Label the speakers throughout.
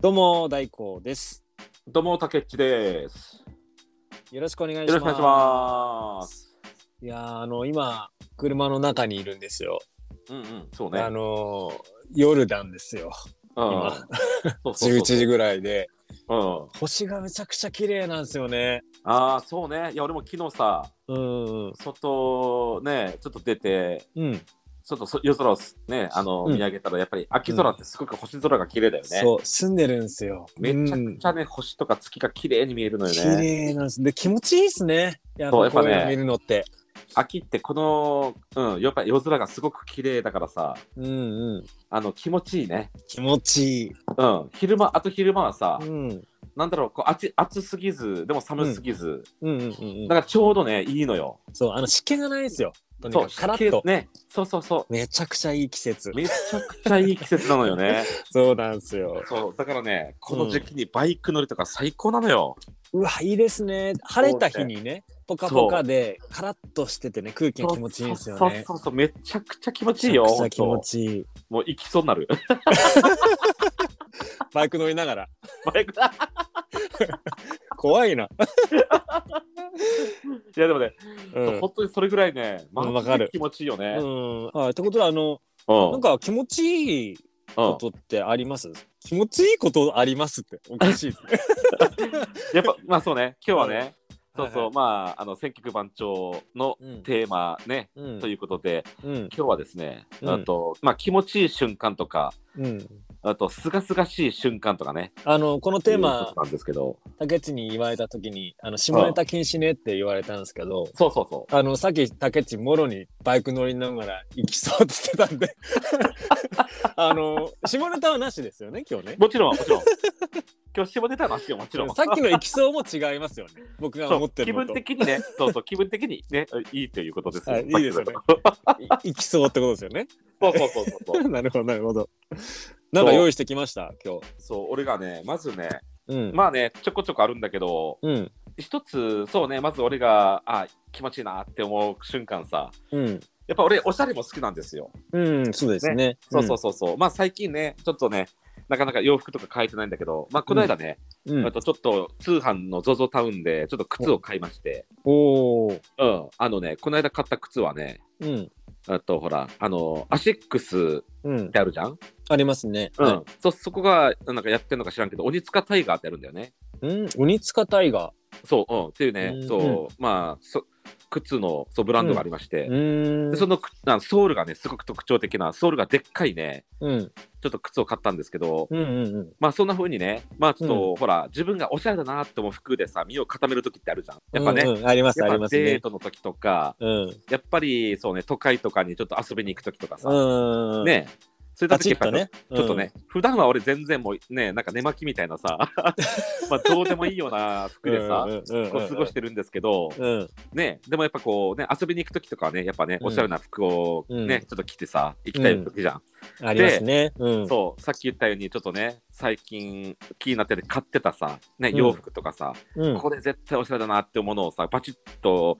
Speaker 1: どうも大光です。
Speaker 2: どうも、たけっちです。
Speaker 1: よろしくお願い
Speaker 2: よ
Speaker 1: します。
Speaker 2: ろしくお願いします。
Speaker 1: いやーあの今車の中にいるんですよ。
Speaker 2: うんうん、そうね。
Speaker 1: あのー夜なんですよ。
Speaker 2: うん、
Speaker 1: 今
Speaker 2: そうそうそう
Speaker 1: 11時ぐらいで
Speaker 2: うん。
Speaker 1: 星がめちゃくちゃ綺麗なんですよね。
Speaker 2: ああ、そうね。いや、俺も昨日さ、
Speaker 1: うんうん
Speaker 2: 外ね、ちょっと出て、
Speaker 1: うん、うん
Speaker 2: ちょっとそ夜空をね、あの、
Speaker 1: うん
Speaker 2: 見上げたら、やっぱり秋空ってすごく星空が綺麗だよね。
Speaker 1: そう住んでるんですよ。
Speaker 2: めちゃ
Speaker 1: う
Speaker 2: く
Speaker 1: ん
Speaker 2: ちゃね、星とか月が綺麗に見えるのよ
Speaker 1: 綺
Speaker 2: ね。
Speaker 1: 麗なんです。で気持ちいいですね。やっ
Speaker 2: そう
Speaker 1: ぱ
Speaker 2: やっ
Speaker 1: こう
Speaker 2: ぱね
Speaker 1: いうの見るのって。
Speaker 2: 秋ってこの、うん、やっぱり夜空がすごく綺麗だからさ、
Speaker 1: うんうん
Speaker 2: あの、気持ちいいね。
Speaker 1: 気持ちいい。
Speaker 2: うん。昼間、あと昼間はさ、
Speaker 1: うんうん
Speaker 2: なんだろう、こう暑暑すぎず、でも寒すぎず、
Speaker 1: うんうん
Speaker 2: だ。からちょうどね、いいのよ。
Speaker 1: そうあの湿気がないですよ。とに
Speaker 2: そ
Speaker 1: か
Speaker 2: う、
Speaker 1: くカラッと。
Speaker 2: ね。そうそうそ
Speaker 1: めちゃくちゃいい季節
Speaker 2: う。。めちゃくちゃいい季節なの よね。
Speaker 1: そうなんですよ。
Speaker 2: そう、だからね、この時期にバイク乗りとか最高なのよ。
Speaker 1: うわいいですね晴れた日にねポカポカでカラッとしててね空気が気持ちいいんですよ
Speaker 2: そう
Speaker 1: ね
Speaker 2: そうそう、めちゃくちゃ気持ちいいよ。
Speaker 1: めちゃくちゃ気持
Speaker 2: 本
Speaker 1: ちいい
Speaker 2: 当もう行きそうに なる。
Speaker 1: バイク乗りながら
Speaker 2: バイクい
Speaker 1: 怖いな、
Speaker 2: や、でもね、
Speaker 1: う
Speaker 2: そうん本当にそれぐらいね、
Speaker 1: うん
Speaker 2: マジ
Speaker 1: わか
Speaker 2: で
Speaker 1: る
Speaker 2: 気持ちいいよね。
Speaker 1: うん、あってことはあの
Speaker 2: うん
Speaker 1: なんか気持ちいいこ
Speaker 2: うん
Speaker 1: とってあります気持ちいいことありますっておかしいですね
Speaker 2: やっぱ、まあそうね、今日はね、
Speaker 1: うん
Speaker 2: そうそう、
Speaker 1: はい
Speaker 2: まあ、あの、選曲番長の
Speaker 1: うん
Speaker 2: テーマね、
Speaker 1: うん
Speaker 2: ということで、
Speaker 1: うん
Speaker 2: 今日はですね、
Speaker 1: うん
Speaker 2: あと、まあ気持ちいい瞬間とか、
Speaker 1: うん
Speaker 2: あと、すがすがしい瞬間とかね、
Speaker 1: あのこのテー
Speaker 2: いう
Speaker 1: マ
Speaker 2: ことなんですけど、
Speaker 1: 竹内に言われた時にあの下ネタ禁止ねって言われたんですけど
Speaker 2: そうそうそ
Speaker 1: あの、さっき、竹内もろにバイク乗りながら行きそうって言ってたんで。 あの、下ネタはなしですよね、今日ね
Speaker 2: う。。もちろん、も ちろん。今日下ネタなしよ、もちろん。
Speaker 1: さっきの行きそうも違いますよね。僕が
Speaker 2: そう
Speaker 1: 思って
Speaker 2: 気
Speaker 1: る
Speaker 2: 分
Speaker 1: のと。
Speaker 2: 的 にね、そうそう、気分的にね、いいということですよ。
Speaker 1: はいいいですよね
Speaker 2: さっきの
Speaker 1: い行きそうってことですよね。
Speaker 2: そうそうそうそうそ う。
Speaker 1: なるほど、なるほど。なんか用意してきました、今日。
Speaker 2: そう、俺がね、まずね、
Speaker 1: うん。
Speaker 2: まあね、ちょこちょこあるんだけど、
Speaker 1: うん。
Speaker 2: 一つ、そうね、まず俺が、あ、気持ちいいなって思う瞬間さ、
Speaker 1: うん。
Speaker 2: やっぱ俺、おしゃれも好きなんですよ。
Speaker 1: うん、そうですね。
Speaker 2: そうそうそうそう。まあ最近ね、ちょっとね、なかなか洋服とか買えてないんだけど、まあこの間ね、
Speaker 1: うん。う
Speaker 2: あ
Speaker 1: ん、
Speaker 2: とちょっと通販の ZOZO タウンでちょっと靴を買いまして、
Speaker 1: おー。
Speaker 2: うん、あのね、この間買った靴はね、
Speaker 1: うん。
Speaker 2: あとほら、あの、アシックス
Speaker 1: うん
Speaker 2: っ。てあるじゃん、
Speaker 1: ありますね。
Speaker 2: うん
Speaker 1: はい
Speaker 2: そそこがなんかやってるのか知らんけど、鬼塚タイガーってあるんだよね。
Speaker 1: うん。鬼塚タイガ
Speaker 2: そう、うん、っていうね、
Speaker 1: うん
Speaker 2: そう、まあ、そ靴のそうブランドがありまして、
Speaker 1: ー。うーん。
Speaker 2: でその靴あソールがね、すごく特徴的な、ソールがでっかいね、
Speaker 1: うん。
Speaker 2: ちょっと靴を買ったんですけど、
Speaker 1: うんうんうん。
Speaker 2: まあそんな風にね、まあちょっと、ほら、自分がおしゃれだなって思う服でさ、身を固める時ってあるじゃん。やっぱね、
Speaker 1: うんうんあります、あ
Speaker 2: や
Speaker 1: り
Speaker 2: っぱ
Speaker 1: ます
Speaker 2: デー
Speaker 1: ね。
Speaker 2: トの時とか、
Speaker 1: うん。
Speaker 2: やっぱりそうね、都会とかにちょっと遊びに行くときとかさ、
Speaker 1: うん。
Speaker 2: ね、そういった
Speaker 1: パ
Speaker 2: 時
Speaker 1: チッ
Speaker 2: やっぱ
Speaker 1: とね。
Speaker 2: ちょっとね、普段は俺全然もうね、なんか寝巻きみたいなさ、 まあどうでもいいような服
Speaker 1: うん。
Speaker 2: でさ、
Speaker 1: うんうんうん
Speaker 2: こう過ごしてるんですけど、
Speaker 1: うん。
Speaker 2: ね、でもやっぱこうね、遊びに行くときとかはね、やっぱね、
Speaker 1: うん
Speaker 2: おしゃれな服をね、
Speaker 1: うん
Speaker 2: ちょっと着てさ、行きたい時じゃん。
Speaker 1: ありますね。うん。
Speaker 2: そう、さっき言ったようにちょっとね、最近気になってて買ってたさ、ね、
Speaker 1: うん
Speaker 2: 洋服とかさ、
Speaker 1: うん。
Speaker 2: これ絶対おしゃれだなって思うのをさ、バチッと、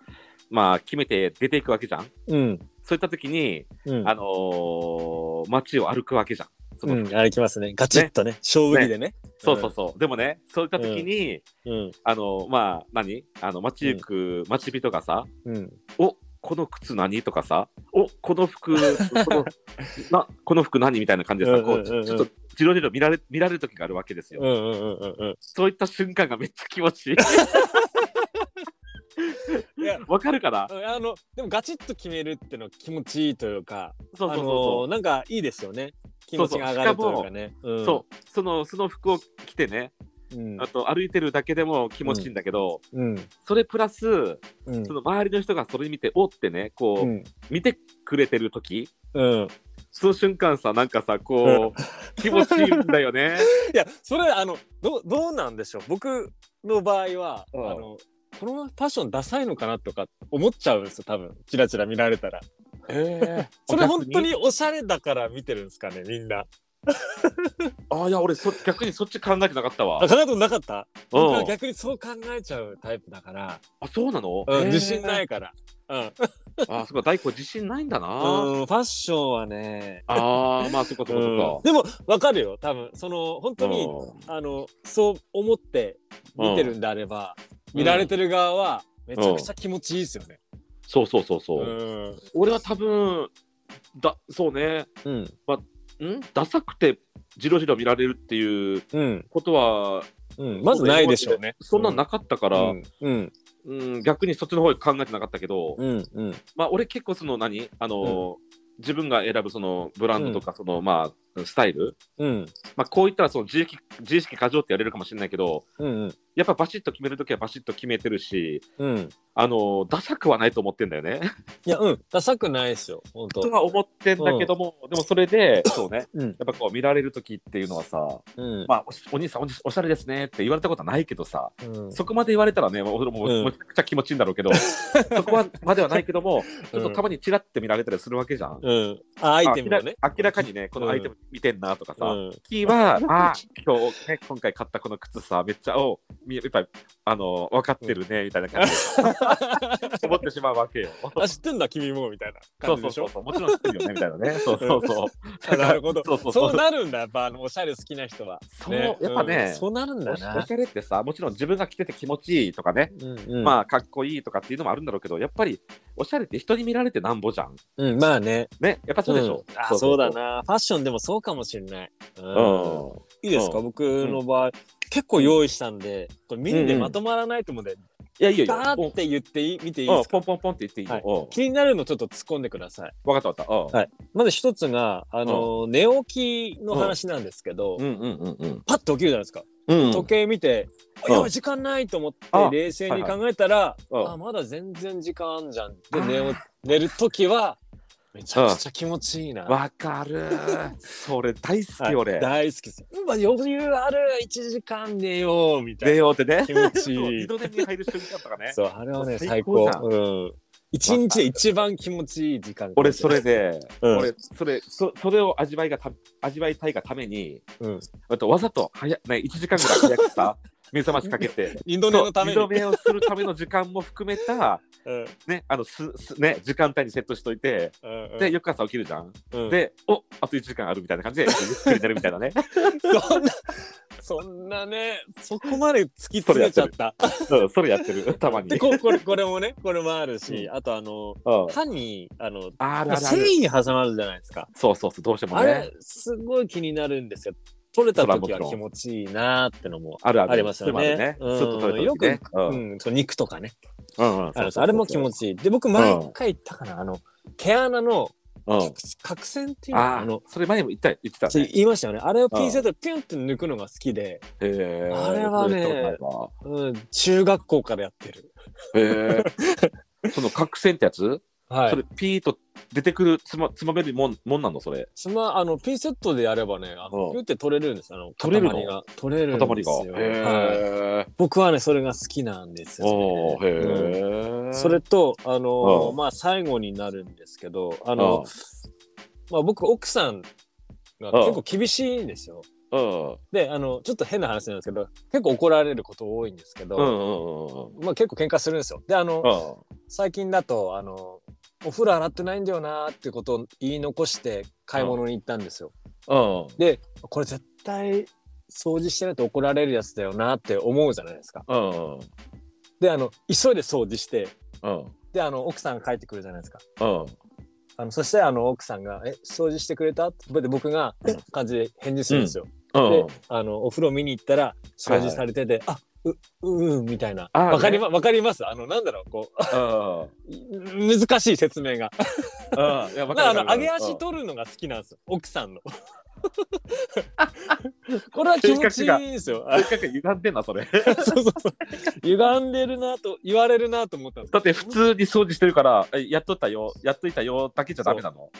Speaker 2: まあ決めて出ていくわけじゃん。
Speaker 1: うん。
Speaker 2: そういった時に、
Speaker 1: うん。
Speaker 2: あのー街を歩くわけじゃん。その
Speaker 1: うん。あれきますね。ガチッとね。勝負着でね。
Speaker 2: そうそうそう。でもね、そういった時に、
Speaker 1: うん。
Speaker 2: あのーまあ、何あの、街行く街人がさ、
Speaker 1: うん。
Speaker 2: おこの靴何とかさ、おこの服、こ のなこの服何みたいな感じでさ、こ
Speaker 1: うんう
Speaker 2: う、
Speaker 1: ん
Speaker 2: ち
Speaker 1: うんう
Speaker 2: ょ
Speaker 1: ん
Speaker 2: ちょっと、じろじろ見られ見られる時があるわけですよ、
Speaker 1: うんうんうんうん
Speaker 2: そういった瞬間がめっちゃ気持ち いい。
Speaker 1: うん。いや、
Speaker 2: わかるかな
Speaker 1: あの、でもガチッと決めるってのは気持ちいいというか、
Speaker 2: そうそうそう
Speaker 1: あ
Speaker 2: そ
Speaker 1: のなんかいいですよね。気
Speaker 2: そ
Speaker 1: 持
Speaker 2: うそ
Speaker 1: ち
Speaker 2: う
Speaker 1: が上がるというかね。
Speaker 2: う。
Speaker 1: そ
Speaker 2: そう、その、その服を着てね、
Speaker 1: うん。
Speaker 2: あと歩いてるだけでも気持ちいいんだけど、
Speaker 1: うん。
Speaker 2: それプラス、
Speaker 1: うん。
Speaker 2: その周りの人がそれ見て、おってね、こ
Speaker 1: う
Speaker 2: う、
Speaker 1: ん。
Speaker 2: 見てくれてる時
Speaker 1: うん。
Speaker 2: その瞬間さなんかさこう気持ちいいんだ よね
Speaker 1: いやそれあのどうどうなんでしょう僕の場合は、
Speaker 2: うん
Speaker 1: あのこのファッションダサいのかなとか思っちゃうんですよ多分チラチラ見られたら
Speaker 2: ええ
Speaker 1: それ本当におしゃれだから見てるんですかねみんな
Speaker 2: あいや俺そ逆にそっち考えてなかったわ
Speaker 1: あかなとなかった僕は
Speaker 2: うん
Speaker 1: 逆にそう考えちゃうタイプだから、
Speaker 2: あそうなの、
Speaker 1: うん
Speaker 2: ええ
Speaker 1: 自信ないから、うん、
Speaker 2: ああ、そっか、大工自信ないんだな。
Speaker 1: うん、ファッションはね、
Speaker 2: ああ、まあ、そっか、そっか、
Speaker 1: うん
Speaker 2: そ
Speaker 1: でも分かるよ多分その本当に
Speaker 2: っか。
Speaker 1: あのそう思って見てるんであれば、見られてる側はめちゃくちゃ気持ちいいですよね。
Speaker 2: そうそうそう
Speaker 1: う
Speaker 2: そう。
Speaker 1: ん
Speaker 2: 俺は多分だそうね
Speaker 1: うん
Speaker 2: んダサくてじろじろ見られるっていう
Speaker 1: うん
Speaker 2: ことは
Speaker 1: うん、まずないでしょうね。
Speaker 2: そんなのなかったから、う
Speaker 1: うんんうん
Speaker 2: 逆にそっちの方考えてなかったけど、
Speaker 1: うんうん
Speaker 2: まあ俺結構その何あの、自分が選ぶそのブランドとかその、まあスタイル、
Speaker 1: うん
Speaker 2: まあ、こう言ったらその自意識自意識過剰ってやれるかもしれないけど
Speaker 1: うん
Speaker 2: やっぱバシッと決めるときはバシッと決めてるし
Speaker 1: うん
Speaker 2: あのダサくはないと思ってんだよね。
Speaker 1: いやうんダサくないですよ本当
Speaker 2: と。は思ってんだけども、でもそれでそうね
Speaker 1: うん
Speaker 2: やっぱこう見られるときっていうのはさ
Speaker 1: うん
Speaker 2: まあ、おしお兄さんおじおしゃれですねって言われたことはないけどさ、
Speaker 1: うん
Speaker 2: そこまで言われたらね、もう俺も
Speaker 1: うん
Speaker 2: めちゃくちゃ気持ちいいんだろ うけど、そこはまではないけども、ちょっとたまにちらって見られたりするわけじゃん。
Speaker 1: うんアイテムをね。
Speaker 2: 明ら明らかにね、この
Speaker 1: うん
Speaker 2: アイテム見てんなとかさ、
Speaker 1: うん
Speaker 2: キーは、あ今日、ね、今回買ったこの靴さ、めっちゃ、おみやっぱり、あの、分かってるね、みたいな感じ で思ってしまうわけよ。
Speaker 1: あ知ってんだ君もみたいな
Speaker 2: そ
Speaker 1: 感
Speaker 2: う
Speaker 1: じ
Speaker 2: そ
Speaker 1: で
Speaker 2: う
Speaker 1: し
Speaker 2: そ
Speaker 1: ょ
Speaker 2: う、もちろん知ってるよね、みたい なね。そうそうそう。
Speaker 1: あなるほど
Speaker 2: そうそうそう
Speaker 1: そう。なるんだやっぱあのおしゃれ好きな人は。
Speaker 2: そうやっぱね
Speaker 1: うんそうなるんだ
Speaker 2: おしお
Speaker 1: な
Speaker 2: し。ゃれってさ、もちろん自分が着てて気持ちいいとかね、
Speaker 1: まあ
Speaker 2: まあかっこいいとかっていうのもあるんだろうけどやっぱりおしゃれって人に見られてなんぼじゃん
Speaker 1: うんまあね。
Speaker 2: ねやっぱそうでしょ、
Speaker 1: んあそうだなファッションでもそうかもしれない、う
Speaker 2: うんん
Speaker 1: いいですか、
Speaker 2: う
Speaker 1: 僕の場合結構用意したんでこれ見ん
Speaker 2: うんう
Speaker 1: で
Speaker 2: ん
Speaker 1: まとまらないと思うんで、
Speaker 2: いやいいよいいよ
Speaker 1: ダーっ
Speaker 2: ポン
Speaker 1: て言っていい見ていい
Speaker 2: うん
Speaker 1: ですか
Speaker 2: ポンポンポンって言っていいよ、
Speaker 1: はい
Speaker 2: うん
Speaker 1: 気になるのちょっと突っ込んでください
Speaker 2: 分かった分かった、うん
Speaker 1: はいまず一つがあの、寝起きの話なんですけど、
Speaker 2: うんうんうんうん
Speaker 1: パッと起きるじゃないですか
Speaker 2: うん
Speaker 1: 時計見て、
Speaker 2: うん
Speaker 1: あやばい時間ないと思って
Speaker 2: あ
Speaker 1: 冷静に考えたら、
Speaker 2: はいはいうん
Speaker 1: あまだ全然時間あんじゃんって
Speaker 2: あー
Speaker 1: 寝を寝る時はめちゃくちゃ気持ちいいな、
Speaker 2: わかるそれ大好
Speaker 1: はい
Speaker 2: き俺、
Speaker 1: 大好きです。うわ、余裕ある !1 時間寝ようみた
Speaker 2: 出
Speaker 1: い
Speaker 2: ようってね
Speaker 1: な。気持ち
Speaker 2: そう
Speaker 1: い
Speaker 2: 二
Speaker 1: い。
Speaker 2: 度寝に入る瞬間とかね
Speaker 1: そう、あれはね、最
Speaker 2: 最
Speaker 1: 高
Speaker 2: 高。
Speaker 1: うん。一日で一番気持ちいい時間。
Speaker 2: 俺それ。で、
Speaker 1: うん
Speaker 2: 俺それそそれを味わいがた味わいたいがために
Speaker 1: うん。
Speaker 2: あとわざと早ね一時間ぐらい早 くさ目覚ましかけて
Speaker 1: 二度寝のために。
Speaker 2: そう二度寝をするための時間も含めた
Speaker 1: うん
Speaker 2: ね、あのすすね時間帯にセットしといて、
Speaker 1: うんうん
Speaker 2: で翌朝起きるじゃん、
Speaker 1: うん
Speaker 2: でおあと1時間あるみたいな感じでゆっくり寝るみた いなね
Speaker 1: そんな、そんなね、そこまで突き詰めちゃった。
Speaker 2: うんそれやってるたまに、う
Speaker 1: で、
Speaker 2: ん、
Speaker 1: ここれ、これもね、これもあるし、
Speaker 2: う
Speaker 1: あとあの、歯に、あの、
Speaker 2: あるあるあ
Speaker 1: 繊
Speaker 2: る
Speaker 1: 維に挟まるじゃないですか。
Speaker 2: そうそうそうどうしても
Speaker 1: あ
Speaker 2: ね
Speaker 1: れ、すごい気になるんですよ。取れた時は気持ちいいなーってのも
Speaker 2: あるある
Speaker 1: ありますよ
Speaker 2: そうい
Speaker 1: ね。
Speaker 2: うのあ
Speaker 1: う
Speaker 2: るね
Speaker 1: ん
Speaker 2: スッと取れた
Speaker 1: よ
Speaker 2: 時ね
Speaker 1: く、うん、そう肉とかね。
Speaker 2: うんうん
Speaker 1: あるんですあれも気持
Speaker 2: ち
Speaker 1: ちいい。で、僕、毎回言ったかな、あの、毛穴の
Speaker 2: うん
Speaker 1: 角角栓っていうの
Speaker 2: あ
Speaker 1: かなあの
Speaker 2: あ、それ前にも言った言ってた
Speaker 1: そう
Speaker 2: ね
Speaker 1: 言いましたよね。あれをピンセットでピュンって抜くのが好きで、
Speaker 2: へえ
Speaker 1: あれはねうん、中学校からやってる。
Speaker 2: へえその角栓ってやつ、
Speaker 1: は
Speaker 2: そ
Speaker 1: い
Speaker 2: れ。ピーと出てくるつまつまめるもんもんなのそれ
Speaker 1: そのあのピンセットでやればね、あの
Speaker 2: うん
Speaker 1: ピュンって取れるんです。あの
Speaker 2: 取れるの
Speaker 1: 塊が取れる
Speaker 2: 塊
Speaker 1: ん
Speaker 2: が
Speaker 1: ですよ。はい
Speaker 2: へえ
Speaker 1: 僕はね、それが好きなんですよ、
Speaker 2: おー
Speaker 1: うん
Speaker 2: へえ
Speaker 1: それと、あのー
Speaker 2: うん
Speaker 1: まあ、最後になるんですけど、あ
Speaker 2: あ
Speaker 1: のまあ、僕、奥さんが結構厳しいんですよ。
Speaker 2: うん
Speaker 1: で、あの、ちょっと変な話なんですけど、結構怒られること多いんですけ
Speaker 2: うん
Speaker 1: ど、
Speaker 2: うんうんうん
Speaker 1: まあ、結構喧嘩するんですよ。で、あの、
Speaker 2: うん
Speaker 1: 最近だと、あの、お風呂洗ってないんだよなーってことを言い残して買い物に行ったんですよ。
Speaker 2: うん
Speaker 1: で、これ絶対掃除してないと怒られるやつだよなって思うじゃないですか。
Speaker 2: うん
Speaker 1: で、あの、急いで掃除して、
Speaker 2: うん
Speaker 1: で、あの、奥さんが帰ってくるじゃないですか。
Speaker 2: うん
Speaker 1: あのそしてあの奥さんが「え掃除してくれた?」って僕が「えっ感じで返事するんですよ。
Speaker 2: うん
Speaker 1: であのお風呂見に行ったら掃除されてて「あうううん」みたいな
Speaker 2: あーね
Speaker 1: わかりまわかりますあのなんだろうこ
Speaker 2: うんうん
Speaker 1: う難しい説明が。
Speaker 2: いや
Speaker 1: だか
Speaker 2: わかる
Speaker 1: らあ
Speaker 2: わか
Speaker 1: の
Speaker 2: る
Speaker 1: 上げ足取るのが好きなんですよ奥さんの。 これは気持ちいいんですよ。
Speaker 2: うん
Speaker 1: あ
Speaker 2: 性格歪んでんなそれ
Speaker 1: そうそうそう歪んでるなと言われるなと思ったんです
Speaker 2: だって普通に掃除してるからえやっとったよやっといたよだけじゃダメなの
Speaker 1: っ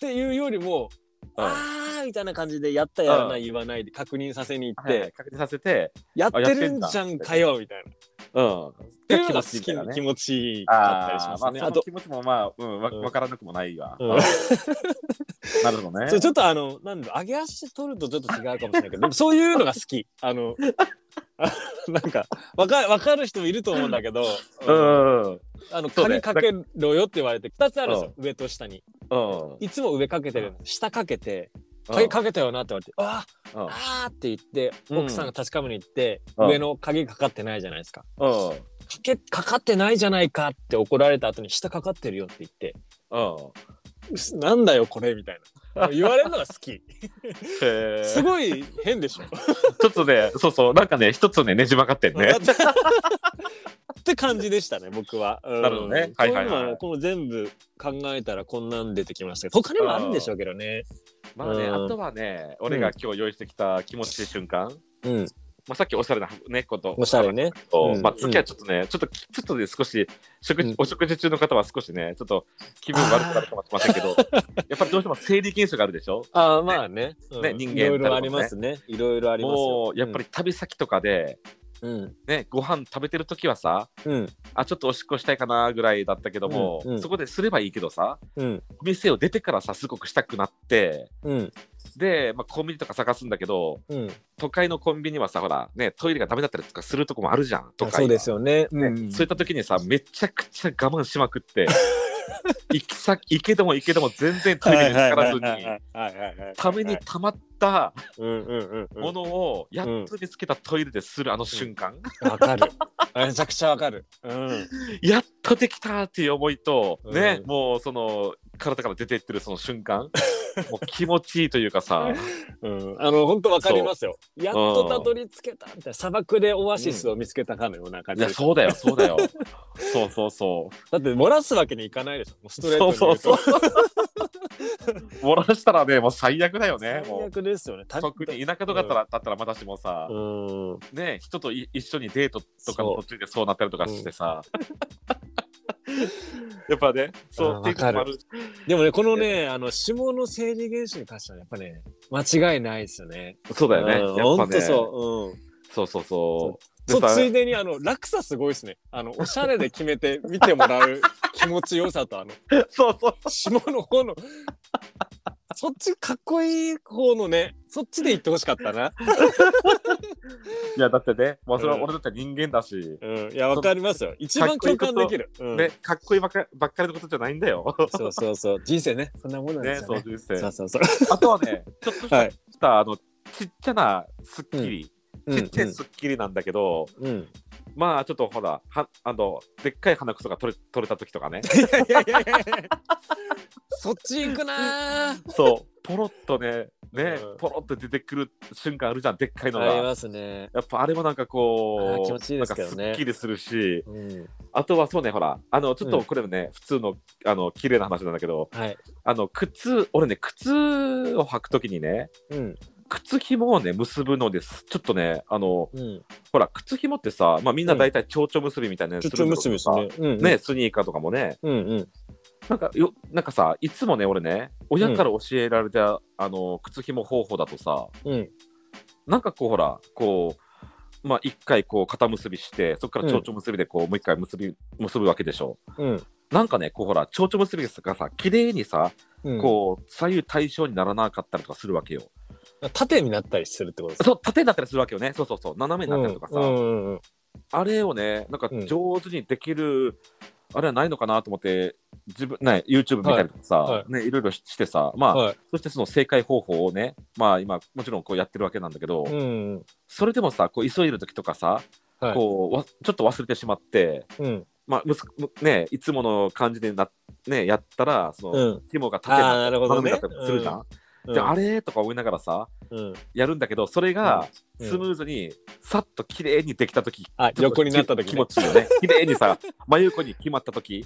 Speaker 1: ていうよりも「
Speaker 2: うん
Speaker 1: あー」みたいな感じでやったやらない言わないで確認させに行っ
Speaker 2: はいは
Speaker 1: て
Speaker 2: い確認させて
Speaker 1: やってるんじゃんかよみたいな。っ
Speaker 2: うん
Speaker 1: ていうのが好
Speaker 2: みた
Speaker 1: き
Speaker 2: い
Speaker 1: な
Speaker 2: な
Speaker 1: 気
Speaker 2: ね
Speaker 1: 持ちいいかったりし
Speaker 2: あ
Speaker 1: ま
Speaker 2: ーまあ
Speaker 1: すね。あ
Speaker 2: その
Speaker 1: と、
Speaker 2: 気持ちもまあうんわ
Speaker 1: うん
Speaker 2: わからなくもないわ
Speaker 1: うん
Speaker 2: なるほどね
Speaker 1: そうちょっとあの、なんだろう、上げ足取るとちょっと違うかもしれないけど、でもそういうのが好き。あの、 あなんか、わかわかる人もいると思うんだけど、
Speaker 2: うんうんうん
Speaker 1: あの
Speaker 2: そうだ
Speaker 1: 鍵
Speaker 2: よ
Speaker 1: かけろよって言われて2つあるんですよ、上と下に
Speaker 2: うん
Speaker 1: いつも上かけてるんです下かけて
Speaker 2: う
Speaker 1: 鍵
Speaker 2: ん
Speaker 1: かけたよなって言われて「あー
Speaker 2: うん
Speaker 1: あー」って言って
Speaker 2: うん
Speaker 1: 奥さんが確かめに行って、
Speaker 2: うん
Speaker 1: 上の鍵かかってないじゃないですか。
Speaker 2: うん
Speaker 1: かけかかってないじゃないかって怒られた後に下かかってるよって言って
Speaker 2: うん
Speaker 1: うすなんだよこれみたいな言われるのが好 き
Speaker 2: へ
Speaker 1: す
Speaker 2: ー
Speaker 1: ごい変でしょ、
Speaker 2: ちょっとねそうそうなんかね一つねねじ曲がってんね
Speaker 1: って感じでしたね僕は、うん
Speaker 2: なるほどね
Speaker 1: こうい
Speaker 2: は
Speaker 1: う
Speaker 2: い
Speaker 1: の
Speaker 2: はいはい
Speaker 1: この全部考えたらこんなん出てきましたけど他にもあるんでしょうけどね
Speaker 2: まあね
Speaker 1: うん
Speaker 2: あとはね俺が今日用意してきた気持ちいい瞬間
Speaker 1: うん
Speaker 2: まあ、さっきおしゃれな猫と、
Speaker 1: おしゃれね
Speaker 2: と
Speaker 1: うん
Speaker 2: まあ、次はちょっとね、ちょっとき、ちょっとで少し食事、
Speaker 1: うん
Speaker 2: お食事中の方は少しね、ちょっと気分悪くなるかもしれませんけど、やっぱりどうしても生理現象があるでしょ
Speaker 1: ああまあね
Speaker 2: ね
Speaker 1: うん
Speaker 2: 人間
Speaker 1: いろいろありますねいろいろありますよ
Speaker 2: もう、やっぱり旅先とかで、
Speaker 1: うん
Speaker 2: ね、ご飯食べてる時はさ、
Speaker 1: うん
Speaker 2: あ、ちょっとおしっこしたいかなぐらいだったけども、
Speaker 1: うんうん
Speaker 2: そこですればいいけどさ、
Speaker 1: うん
Speaker 2: お店を出てからさ、すごくしたくなって、
Speaker 1: うん
Speaker 2: で、まあ、コンビニとか探すんだけど、
Speaker 1: うん
Speaker 2: 都会のコンビニはさ、ほら、ね、トイレがダメだったりとかするとこもあるじゃん、都会
Speaker 1: あ
Speaker 2: は
Speaker 1: そうですよねうん
Speaker 2: そういった時にさ、めちゃくちゃ我慢しまく って、行きさ行けども行けども全然トイレにかからず
Speaker 1: はいは
Speaker 2: に、
Speaker 1: いはいはいはい
Speaker 2: ためにたまった
Speaker 1: うんうんうんうん
Speaker 2: ものをやっと見つけたトイレでするあの瞬間、
Speaker 1: わかる。 めちゃくちゃわかる。うん。
Speaker 2: やっとできたっていう思いと、ね、
Speaker 1: うん
Speaker 2: もうその体から出ていってるその瞬 間、もう気持ちいいというかさ、
Speaker 1: うん。あの、本当わかりますよ。やっとたどり着けたみたいな。砂漠でオアシスを見つけたかのような感
Speaker 2: い
Speaker 1: じ
Speaker 2: や、
Speaker 1: で。
Speaker 2: そうだよ、そうだよ。そうそうそう。
Speaker 1: だって漏らすわけにいかないでしょ。もうストレート
Speaker 2: そう
Speaker 1: に
Speaker 2: そう
Speaker 1: 言
Speaker 2: そうう。 漏らしたらね、もう最悪だよね。
Speaker 1: と。最
Speaker 2: もう
Speaker 1: 悪ですよね。た
Speaker 2: 特に田舎とかだったら、だったらまだしもさ、
Speaker 1: うん。
Speaker 2: ね、人とい一緒にデートとかの
Speaker 1: そう
Speaker 2: 途中でそうなったりとかしてさ、 やっぱねそう
Speaker 1: あー
Speaker 2: っていうことも
Speaker 1: わ
Speaker 2: あ
Speaker 1: か
Speaker 2: る
Speaker 1: でもね、このね、あの、下の生理現象に関してはやっぱね、間違いないですよね。
Speaker 2: そうだよね
Speaker 1: うん
Speaker 2: やっぱ
Speaker 1: 本
Speaker 2: ね
Speaker 1: 当そう。うん。
Speaker 2: そうそうそう
Speaker 1: そう
Speaker 2: でさ
Speaker 1: ついでにあの落差すごいですね。あのおしゃれで決めて見てもらう気持ちよさとあの
Speaker 2: そうそう
Speaker 1: 下の方のそっちかっこいい方のねそっちで行ってほしかったな。
Speaker 2: いやだってね、まあ、それは
Speaker 1: うん
Speaker 2: 俺だって人間だし、
Speaker 1: うん、いやわかりますよ。一番共感できる。うん
Speaker 2: ね、かっこいいばっかばっかりのことじゃないんだよ。
Speaker 1: そうそうそう人生ねそんなものなんで
Speaker 2: ね
Speaker 1: すよ
Speaker 2: そう
Speaker 1: ね。
Speaker 2: 人
Speaker 1: そう
Speaker 2: 生
Speaker 1: そうそう。
Speaker 2: あとはねちょっとした,、
Speaker 1: はい
Speaker 2: あのちっちゃなスッキリ、ちっちゃいスッキリなんだけど、
Speaker 1: うんうん。
Speaker 2: まあちょっとほらはあのでっかい鼻くそが取れ取れた時とかね
Speaker 1: いやいやいやいやいや。そっち行くなー。
Speaker 2: そう、ポロッとね、ね、
Speaker 1: うん
Speaker 2: ポロッと出てくる瞬間あるじゃん、でっかいの
Speaker 1: あり
Speaker 2: が。
Speaker 1: ますね。
Speaker 2: やっぱあれもなんか
Speaker 1: あ
Speaker 2: こ
Speaker 1: ー
Speaker 2: う、
Speaker 1: 気持ちいいですけどね
Speaker 2: なんかすっきりするし、
Speaker 1: うん。
Speaker 2: あとはそうね、ほら、あの、ちょっ
Speaker 1: う
Speaker 2: と
Speaker 1: ん
Speaker 2: これもね、普通の、あの、綺麗な話なんだけど、
Speaker 1: はい。
Speaker 2: あの、靴、俺ね、靴を履くときにね、
Speaker 1: うん
Speaker 2: 靴紐をね、結ぶのです。ちょっとね、あの、
Speaker 1: うん。
Speaker 2: ほら、靴紐ってさ、まあみんな大体蝶々結びみたいなや
Speaker 1: ち
Speaker 2: つ
Speaker 1: ょ
Speaker 2: す
Speaker 1: ち
Speaker 2: る
Speaker 1: ょ
Speaker 2: んだ
Speaker 1: むす
Speaker 2: け
Speaker 1: む
Speaker 2: ど
Speaker 1: す
Speaker 2: さ
Speaker 1: ね。うん。
Speaker 2: ね、。スニーカーとかもね、
Speaker 1: うんうん。
Speaker 2: なんかよ、なんかさ、いつもね、俺ね、親から教えられた、あの、靴紐方法だとさ、
Speaker 1: うん。
Speaker 2: なんかこうほらこうまあ一回こう肩結びしてそこから蝶々結びでこう、もう一回結び結ぶわけでしょ
Speaker 1: うん。
Speaker 2: なんかねこうほら蝶々結びがさ綺麗にさ、
Speaker 1: うん、
Speaker 2: こう左右対称にならなかったりとかするわけよ
Speaker 1: 縦になったりするってことですか
Speaker 2: そう縦になったりするわけよねそうそうそう斜めになったりとかさ、
Speaker 1: うんうんうんうん、
Speaker 2: あれをねなんか
Speaker 1: うん
Speaker 2: 上手にできる、あれはないのかなと思って自分ね YouTube 見たりとかさ、
Speaker 1: はい
Speaker 2: いね、いろいろしてさまあ、
Speaker 1: はい、
Speaker 2: そしてその正解方法をねまあ今もちろんこうやってるわけなんだけど、
Speaker 1: うんうん、
Speaker 2: それでもさこう急いでる時とかさ、
Speaker 1: はい
Speaker 2: こうわちょっと忘れてしまって、
Speaker 1: うん、
Speaker 2: まあむすむね、いつもの感じでな、ね、やったらその、
Speaker 1: うん、
Speaker 2: 紐が縦に
Speaker 1: あーなる
Speaker 2: な
Speaker 1: ほど
Speaker 2: った
Speaker 1: ね
Speaker 2: りだったりするじゃん。
Speaker 1: うん、
Speaker 2: であれとか思いながらさ
Speaker 1: うん、
Speaker 2: やるんだけどそれが
Speaker 1: うん
Speaker 2: スムーズに、さっと綺麗にできた時
Speaker 1: あ
Speaker 2: ちょっと
Speaker 1: 横になった時、ね、
Speaker 2: き気持ちいい よね綺麗にさ真横に決まった時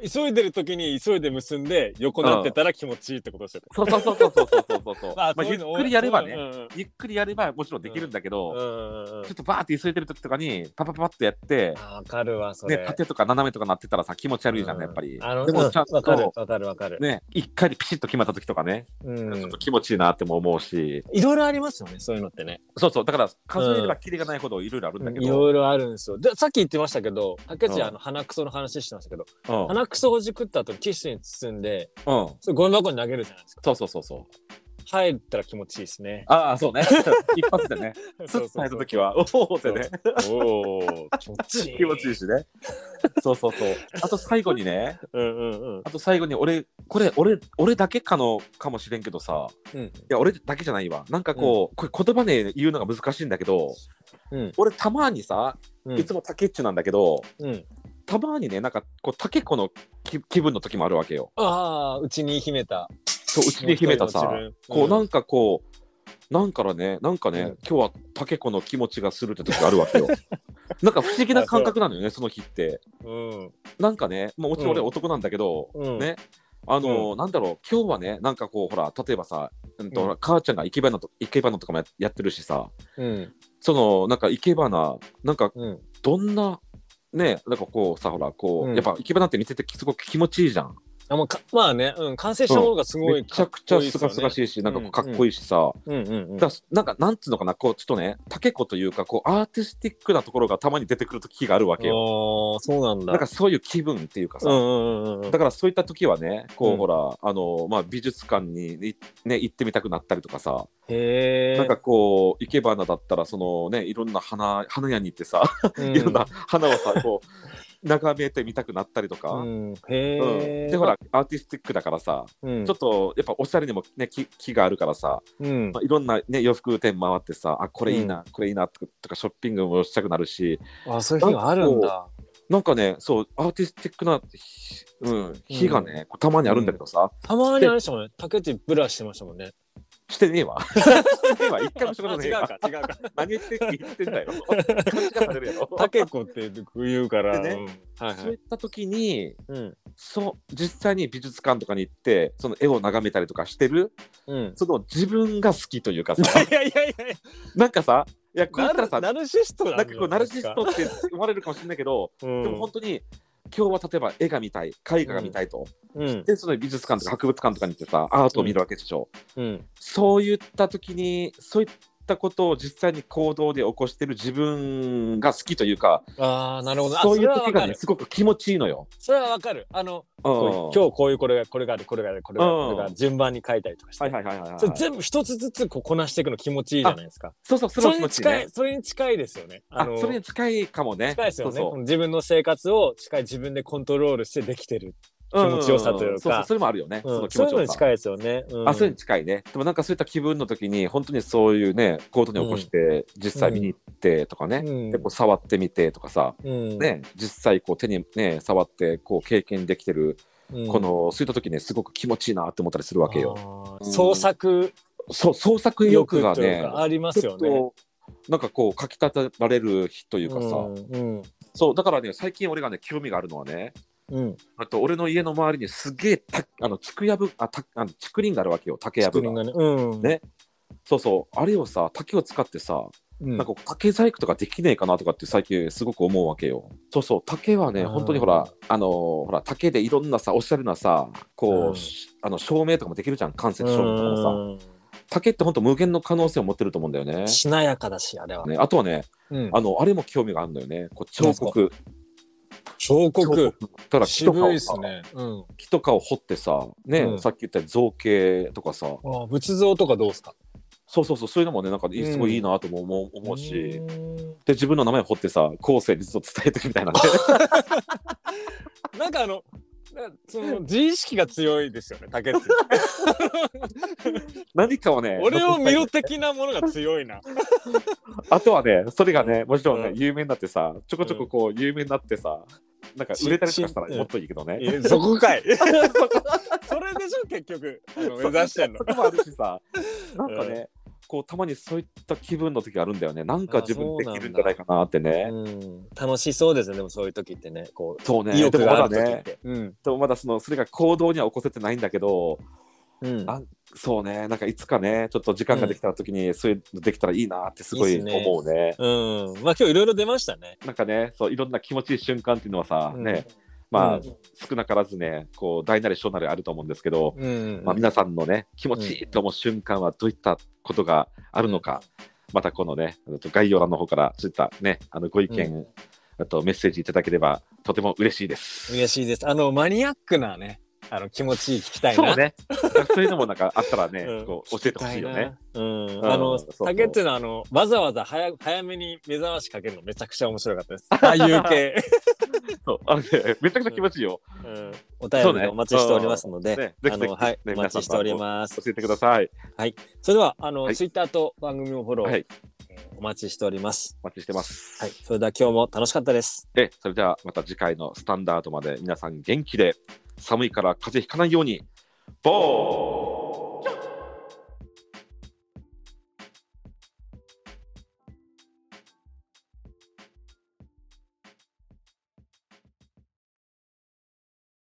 Speaker 1: うん急いでる時に急いで結んで横になってたら気持ちいいってことですよね。
Speaker 2: そうそうそうそうそうそうそ うそうまあ、
Speaker 1: そうい
Speaker 2: ゆ
Speaker 1: う
Speaker 2: っ
Speaker 1: の
Speaker 2: くりやれば
Speaker 1: う
Speaker 2: ね
Speaker 1: んうん
Speaker 2: ゆっくりやればもちろんできるんだけど、
Speaker 1: うんうんうんうん
Speaker 2: ちょっとバーって急いでる時とかにパパパッとやって
Speaker 1: あわかるわそれ。
Speaker 2: ね、縦とか斜めとかなってたらさ気持ち悪いじゃん、やっぱり
Speaker 1: うんあの
Speaker 2: でもちゃん
Speaker 1: うんわかる
Speaker 2: と、
Speaker 1: わかるわかる。
Speaker 2: ね、一回でピシッと決まった時とかね、
Speaker 1: うん
Speaker 2: ちょっと気持ちいいなっても思うし
Speaker 1: いろいろありますよねそういうのってね。
Speaker 2: そうそうだから数えればキリがないほどいろいろあるんだけ
Speaker 1: い
Speaker 2: ど、
Speaker 1: ろいろあるんですよ。でさっき言ってましたけど竹内
Speaker 2: うん
Speaker 1: あの鼻くその話してましたけど
Speaker 2: うんうん
Speaker 1: 鼻くそほじくった後にティッシュに包んで
Speaker 2: そ
Speaker 1: それゴミ箱に投げるじゃないですか。
Speaker 2: うそうそうそ
Speaker 1: 入ったら気持ちいいですね。
Speaker 2: ああ、そうね。 一 発でね。スッと入った時は、お おってね。
Speaker 1: おお、 気持ちいい。
Speaker 2: 気持ちいいしね。そうそうそう。あと最後にね、
Speaker 1: うんうんうん。
Speaker 2: あと最後に俺、これ、俺、俺だけかの、かもしれんけどさ、
Speaker 1: うん
Speaker 2: いや、俺だけじゃないわ。なんかこう、これ言葉で言うのが難しいんだけど、
Speaker 1: うん
Speaker 2: 俺たまにさ、
Speaker 1: うん
Speaker 2: いつも竹っちなんだけど、
Speaker 1: うん。
Speaker 2: たまにね、なんかこう、竹子の気気分の時もあるわけよ。
Speaker 1: ああ、うちに秘めた。
Speaker 2: そう、うちに秘めたさ、こう、なんかこう、なんからね、なんかね、
Speaker 1: うん
Speaker 2: 今日は竹子の気持ちがするって時があるわけ よ。なんか不思議な感覚なのよね、その日って。
Speaker 1: うん。
Speaker 2: なんかね、まあ、もちろん俺
Speaker 1: うん
Speaker 2: 男なんだけど、
Speaker 1: うん
Speaker 2: ね、あのーなんだろう、今日はね、なんかこう、ほら、例えばさ、うんと
Speaker 1: うん
Speaker 2: ほら母ちゃんが生け花と生け花とかもややってるしさ、
Speaker 1: うん。
Speaker 2: その、なんか生け花、なんか
Speaker 1: うん。
Speaker 2: どんな、ね、なんかこうさ、ほら、こう、
Speaker 1: うん
Speaker 2: やっぱ生け花って見ててすごく気持ちいいじゃん。
Speaker 1: あ、もうか、まあね、うん、完成したものがすごい
Speaker 2: めちゃくちゃすがすが
Speaker 1: い
Speaker 2: しいし、なんかこう
Speaker 1: う
Speaker 2: か
Speaker 1: ん
Speaker 2: っこいいしさ、
Speaker 1: いですよね。うんうんうん
Speaker 2: だ。からなんかなんつうのかな、こうちょっとね、竹子というか、こうアーティスティックなところがたまに出てくる時があるわけよ。
Speaker 1: ああ、そうなんだ。
Speaker 2: なんかそういう気分っていうかさ、
Speaker 1: うんうんうんうん。
Speaker 2: だからそういった時はね、こう、
Speaker 1: うん
Speaker 2: ほら、あの、まあ、美術館にね、ね行ってみたくなったりとかさ、
Speaker 1: へえ。
Speaker 2: なんかこう、生け花だったら、そのね、いろんな花、花屋に行ってさ、
Speaker 1: うん、
Speaker 2: いろんな花をさ、こう、眺めてみたくなったりとか、
Speaker 1: うん。
Speaker 2: うん
Speaker 1: へえ。
Speaker 2: で、ほら、アーティスティックだからさ、
Speaker 1: うん、
Speaker 2: ちょっと、やっぱおしゃれにもね、気気があるからさ、
Speaker 1: うん
Speaker 2: まあ、いろんなね、洋服店回ってさ、あ、これいいな、これいいなとか、ショッピングもしたくなるし、
Speaker 1: あ、そういう日があるんだ。
Speaker 2: なんかね、そう、アーティスティックな、ひうん、日がね、たまにあるんだけどさ、
Speaker 1: たまにあれでしたもんね。竹内ブラしてましたもんね。
Speaker 2: してねえ わ。してねえわ、一回もしたことね
Speaker 1: 違
Speaker 2: え
Speaker 1: う
Speaker 2: わ。
Speaker 1: か、違うか。
Speaker 2: 何言って言ってん だよ。勘違いされるやろ。
Speaker 1: 竹子って言うから。
Speaker 2: でね
Speaker 1: うんはい
Speaker 2: そう
Speaker 1: はいい。
Speaker 2: った時に、
Speaker 1: うん。
Speaker 2: そう、実際に美術館とかに行って、その絵を眺めたりとかしてる、
Speaker 1: うん。
Speaker 2: その自分が好きというかさ、
Speaker 1: いやいやいやいや。
Speaker 2: なんかさ、いや、こう言
Speaker 1: ナ
Speaker 2: ったら
Speaker 1: ル
Speaker 2: さ、
Speaker 1: ナルシスト
Speaker 2: なんかこう、ナルシストって思われるかもしれないけど、
Speaker 1: ト。
Speaker 2: でも本当に、今日は例えば絵が見たい、絵画が見たいと、
Speaker 1: うん。
Speaker 2: で、その美術館とか博物館とかに行ってさ、アートを見るわけでしょ。
Speaker 1: うん。
Speaker 2: そういった時に、そういったことを実際に行動で起こしてる自分が好きというか、
Speaker 1: ああ、なるほど。あ
Speaker 2: そうい
Speaker 1: そ
Speaker 2: う
Speaker 1: れはわ
Speaker 2: 時
Speaker 1: か
Speaker 2: がね、
Speaker 1: る。
Speaker 2: すごく気持ちいいのよ。
Speaker 1: それはわかる。あの、
Speaker 2: うん
Speaker 1: こう今日こういうこれが、これがある、これがある、これがある、これがある順番に書いたりとかして。
Speaker 2: はいはいはいはい、はい
Speaker 1: それ全部一つずつこうこなしていくの気持ちいいじゃないですか。
Speaker 2: そうそう、それ
Speaker 1: そ
Speaker 2: は
Speaker 1: れ
Speaker 2: 気
Speaker 1: に
Speaker 2: 持ちいい
Speaker 1: 近い
Speaker 2: ね。、
Speaker 1: それに近いですよね。あ
Speaker 2: あ
Speaker 1: の、
Speaker 2: それに近いかもね。
Speaker 1: 近いですよね。
Speaker 2: そうそう
Speaker 1: 自分の生活を近い自分でコントロールしてできてる。気持ちよさというか
Speaker 2: そうそう、それもあるよね。
Speaker 1: うん
Speaker 2: その気
Speaker 1: そうい
Speaker 2: 持ち
Speaker 1: うの
Speaker 2: よ
Speaker 1: に
Speaker 2: さ。
Speaker 1: 近いですよね。うん
Speaker 2: あ、それに近いね。でもなんかそういった気分の時に、本当にそういうね、行動に起こして、実際見に行ってとかね。
Speaker 1: うん
Speaker 2: でこう触ってみてとかさ、
Speaker 1: うん
Speaker 2: ね、実際こう手にね触ってこう経験できてる、
Speaker 1: うん
Speaker 2: このそういった時ねすごく気持ちいいなって思ったりするわけよ。
Speaker 1: あー
Speaker 2: うん
Speaker 1: 創作
Speaker 2: そう創作意欲
Speaker 1: 欲
Speaker 2: が
Speaker 1: という
Speaker 2: ね
Speaker 1: かありますよ
Speaker 2: ち
Speaker 1: ね。
Speaker 2: ょっとなんかこうかきたてられる日というかさ、
Speaker 1: うん
Speaker 2: そうだからね最近俺がね興味があるのはね
Speaker 1: うん。
Speaker 2: あと俺の家の周りにすげえたあの竹やぶあたあの竹林があるわけよ竹やぶ
Speaker 1: 作
Speaker 2: が
Speaker 1: 品がね。うん。
Speaker 2: ねそうそうあれをさ竹を使ってさ、
Speaker 1: うん
Speaker 2: なんか竹細工とかできねえかなとかって最近すごく思うわけよそうそう竹はね
Speaker 1: うん
Speaker 2: 本当にほらあのーほら竹でいろんなさおしゃれなさこう、
Speaker 1: うん
Speaker 2: しあの照明とかもできるじゃん間接照明とかもさ
Speaker 1: うん
Speaker 2: 竹って本当無限の可能性を持ってると思うんだよね
Speaker 1: しなやかだしあれは。
Speaker 2: ねあとはね
Speaker 1: うん
Speaker 2: あのあれも興味があるんだよねこう彫刻
Speaker 1: 彫刻。
Speaker 2: ただ木と
Speaker 1: 渋
Speaker 2: か
Speaker 1: い
Speaker 2: を
Speaker 1: で
Speaker 2: さ
Speaker 1: すね。うん。
Speaker 2: 木とかを掘ってさ、ね
Speaker 1: うん
Speaker 2: さっき言った造形とかさ
Speaker 1: あー仏像とかどうですか。
Speaker 2: そうそうそうそういうのもねなんかいい
Speaker 1: うん
Speaker 2: すごいいいなとも思う,、思うしで
Speaker 1: うん
Speaker 2: 自分の名前を掘ってさ後世にずっと伝えていくみたい なね
Speaker 1: なんかあの。なそ の自意識が強いですよね、竹内。
Speaker 2: 何かをね
Speaker 1: 俺を見ろ
Speaker 2: 残したい
Speaker 1: 的なものが強 いな。
Speaker 2: あとはねそれがねもちろんね、
Speaker 1: うん
Speaker 2: 有名になってさちょこちょここう有名になってさなんか売れたりとかした
Speaker 1: し
Speaker 2: ら
Speaker 1: し
Speaker 2: もっといいけどね、
Speaker 1: いやそこかい。 それでしょ、結局。あの目指してんの
Speaker 2: そ。こもある しさなんかね、こうたまにそういった気分の時があるんだよねなんか自分できるんじゃないかなってね
Speaker 1: うん、楽しそうですねでもそういう時ってねこ
Speaker 2: そう
Speaker 1: う、
Speaker 2: ね
Speaker 1: 意欲
Speaker 2: でも
Speaker 1: があ
Speaker 2: ま
Speaker 1: る
Speaker 2: だ
Speaker 1: 時っ
Speaker 2: ね
Speaker 1: て、うん
Speaker 2: でもまだそのそれが行動には起こせてないんだけど
Speaker 1: うん
Speaker 2: あそうねなんかいつかねちょっと時間ができた時に、そういうのできたらいいなってすご
Speaker 1: いい
Speaker 2: い
Speaker 1: っすね
Speaker 2: 思うね
Speaker 1: うん、まあ今日いろいろ出ましたね。
Speaker 2: なんかねそういろんな気持ちいい瞬間っていうのはさ、
Speaker 1: うん
Speaker 2: ねまあ、
Speaker 1: うん
Speaker 2: 少なからずねこう大なり小なりあると思うんですけど、
Speaker 1: うん
Speaker 2: まあ、皆さんのね気持ちいいと思う瞬間はどういったことがあるのか、またこのねあの概要欄の方からそういったねあのご意見、あとメッセージいただければとても嬉しいです。
Speaker 1: 嬉しいです。あのマニアックなね、あの気持ちいい聞きたいな。
Speaker 2: そうね。 そういうのもなんかあったらね、
Speaker 1: うん
Speaker 2: こう教えてほしいよね。
Speaker 1: うん。
Speaker 2: ん
Speaker 1: あの
Speaker 2: そうそう
Speaker 1: 竹っていうのはあのわざわざ早早めに目覚ましかけるのめちゃくちゃ面白かった です。ああいう系。
Speaker 2: そうあのねめちゃくちゃ気持ちいいよ。
Speaker 1: うんお便りでお待ちしておりますので、
Speaker 2: ね
Speaker 1: あ
Speaker 2: ぜひぜひ
Speaker 1: のはい
Speaker 2: ね
Speaker 1: お待ちしております
Speaker 2: 教。えてください。
Speaker 1: それではあの、
Speaker 2: はい
Speaker 1: Twitter と番組もフォロー、
Speaker 2: はい
Speaker 1: えーお待ちしております。
Speaker 2: お待ちしてます。
Speaker 1: はい、それでは今日も楽しかったです。
Speaker 2: で、それではまた次回のスタンダードまで皆さん元気で、寒いから風邪ひかないように、ボー